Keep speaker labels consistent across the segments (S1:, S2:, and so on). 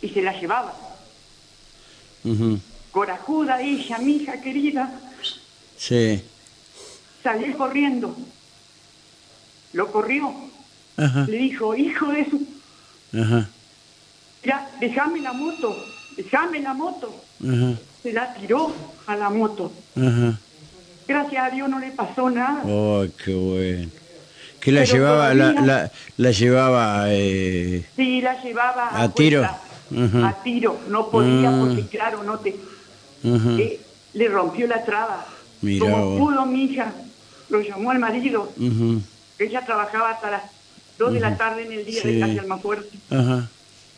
S1: y se la llevaba.
S2: ujú,
S1: Corajuda ella, mi hija querida,
S2: Sí.
S1: salió corriendo. Lo corrió.
S2: Ajá.
S1: Le dijo, hijo de su...
S2: Ajá.
S1: Ya, déjame la moto, déjame la moto.
S2: Ajá.
S1: Se la tiró a la moto.
S2: Ajá.
S1: Gracias a Dios no le pasó nada.
S2: Oh, qué bueno. Que la
S1: Pero
S2: llevaba, la,
S1: todavía-
S2: la, la llevaba, eh,
S1: Sí, la llevaba
S2: ¿A tiro?
S1: fuerza,
S2: Ajá.
S1: A tiro. No podía
S2: Ah.
S1: porque, claro, no te...
S2: ajá,
S1: eh, le rompió la traba.
S2: Mirá
S1: Como
S2: vos.
S1: pudo mi hija, lo llamó al marido.
S2: ujú,
S1: Ella trabajaba hasta las 2 de la tarde en el día
S2: Sí.
S1: de Calle Almafuerte.
S2: ajá,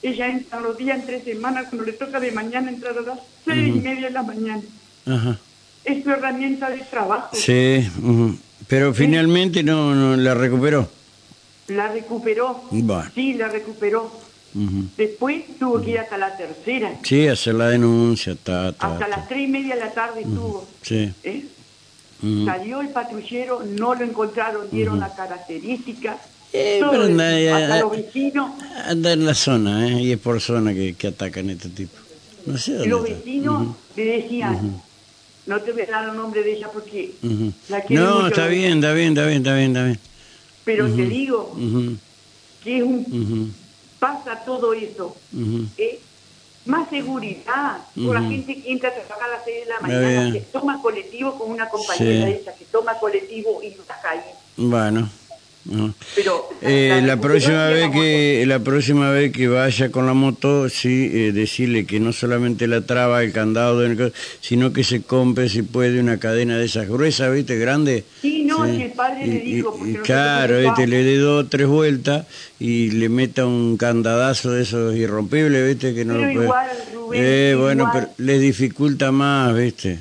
S1: Ella entra los días entre semanas, cuando le toca de mañana entrar a las seis y media de la mañana.
S2: ajá.
S1: Es su herramienta de trabajo.
S2: Sí, ujú. pero finalmente no, no la recuperó.
S1: La recuperó.
S2: Bueno.
S1: Sí, la recuperó.
S2: Ujú.
S1: Después tuvo que ir hasta la tercera.
S2: Sí, hacer la denuncia, ta, ta,
S1: Hasta
S2: ta.
S1: las tres y media de la tarde estuvo.
S2: Sí.
S1: ¿eh?
S2: ujú.
S1: Salió el patrullero, no lo encontraron, dieron la característica.
S2: Eh,
S1: todo
S2: pero
S1: eso,
S2: nadie-
S1: hasta los vecinos,
S2: Anda en la zona, ¿eh? Y es por zona que, que atacan este tipo. No sé dónde
S1: los
S2: está.
S1: vecinos le decían, no te voy a dar el nombre de ella porque
S2: Ujú.
S1: la quieren
S2: No,
S1: mucho,
S2: está bien, está bien, está bien, está bien, está bien.
S1: Pero te digo
S2: Ujú,
S1: que es un
S2: ujú,
S1: pasa todo eso.
S2: ujú.
S1: ¿eh? Más seguridad por la gente que entra a trabajar a las 6 de la
S2: bien.
S1: mañana, que toma colectivo con una compañera
S2: Sí.
S1: de ella, que toma colectivo y baja ahí.
S2: Bueno. ujú.
S1: Pero
S2: Eh, la próxima vez
S1: recuperación de
S2: que la próxima vez que vaya con la moto, sí, eh, decirle que no solamente la traba, el candado, el co- sino que se compre, si puede, una cadena de esas gruesas, ¿viste? Grande.
S1: Sí, no,
S2: Sí.
S1: si el padre le dijo, porque nosotros
S2: claro,
S1: ocupamos.
S2: ¿viste? le dé dos tres vueltas y le meta un candadazo de esos irrompibles, ¿viste? Que no
S1: Pero
S2: lo puede-
S1: igual, Rubén,
S2: Eh, bueno,
S1: igual.
S2: pero les dificulta más, ¿viste?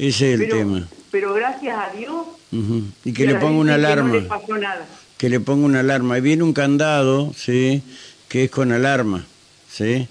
S2: Ese es el
S1: Pero,
S2: tema.
S1: pero gracias a Dios.
S2: Ujú. Y que
S1: a
S2: le
S1: la
S2: ponga una
S1: gente
S2: alarma
S1: No le pasó nada.
S2: que le ponga una alarma. Y viene un candado, ¿sí? Que es con alarma, ¿sí?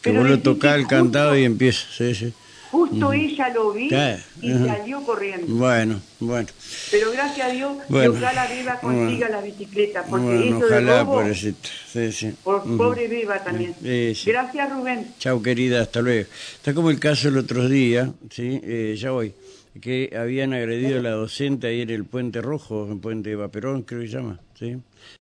S2: Que
S1: Pero
S2: vos lo
S1: decís que
S2: tocás el
S1: justo-
S2: candado y empieza, ¿sí? sí.
S1: Justo ella lo vi
S2: Claro,
S1: y
S2: ajá.
S1: salió corriendo.
S2: Bueno, bueno.
S1: Pero gracias a Dios, que
S2: Bueno.
S1: ojalá Beba consiga
S2: Bueno.
S1: la bicicleta, porque
S2: Bueno,
S1: eso de
S2: ojalá,
S1: robo,
S2: pobrecito. Sí, sí.
S1: por
S2: Ujú.
S1: pobre Beba también.
S2: Sí, sí.
S1: Gracias, Rubén.
S2: Chau, querida, hasta luego. Está como el caso el otro día, ¿sí? Eh, ya voy, que habían agredido a la docente ahí en el Puente Rojo, en Puente Vaperón, creo que se llama, ¿sí?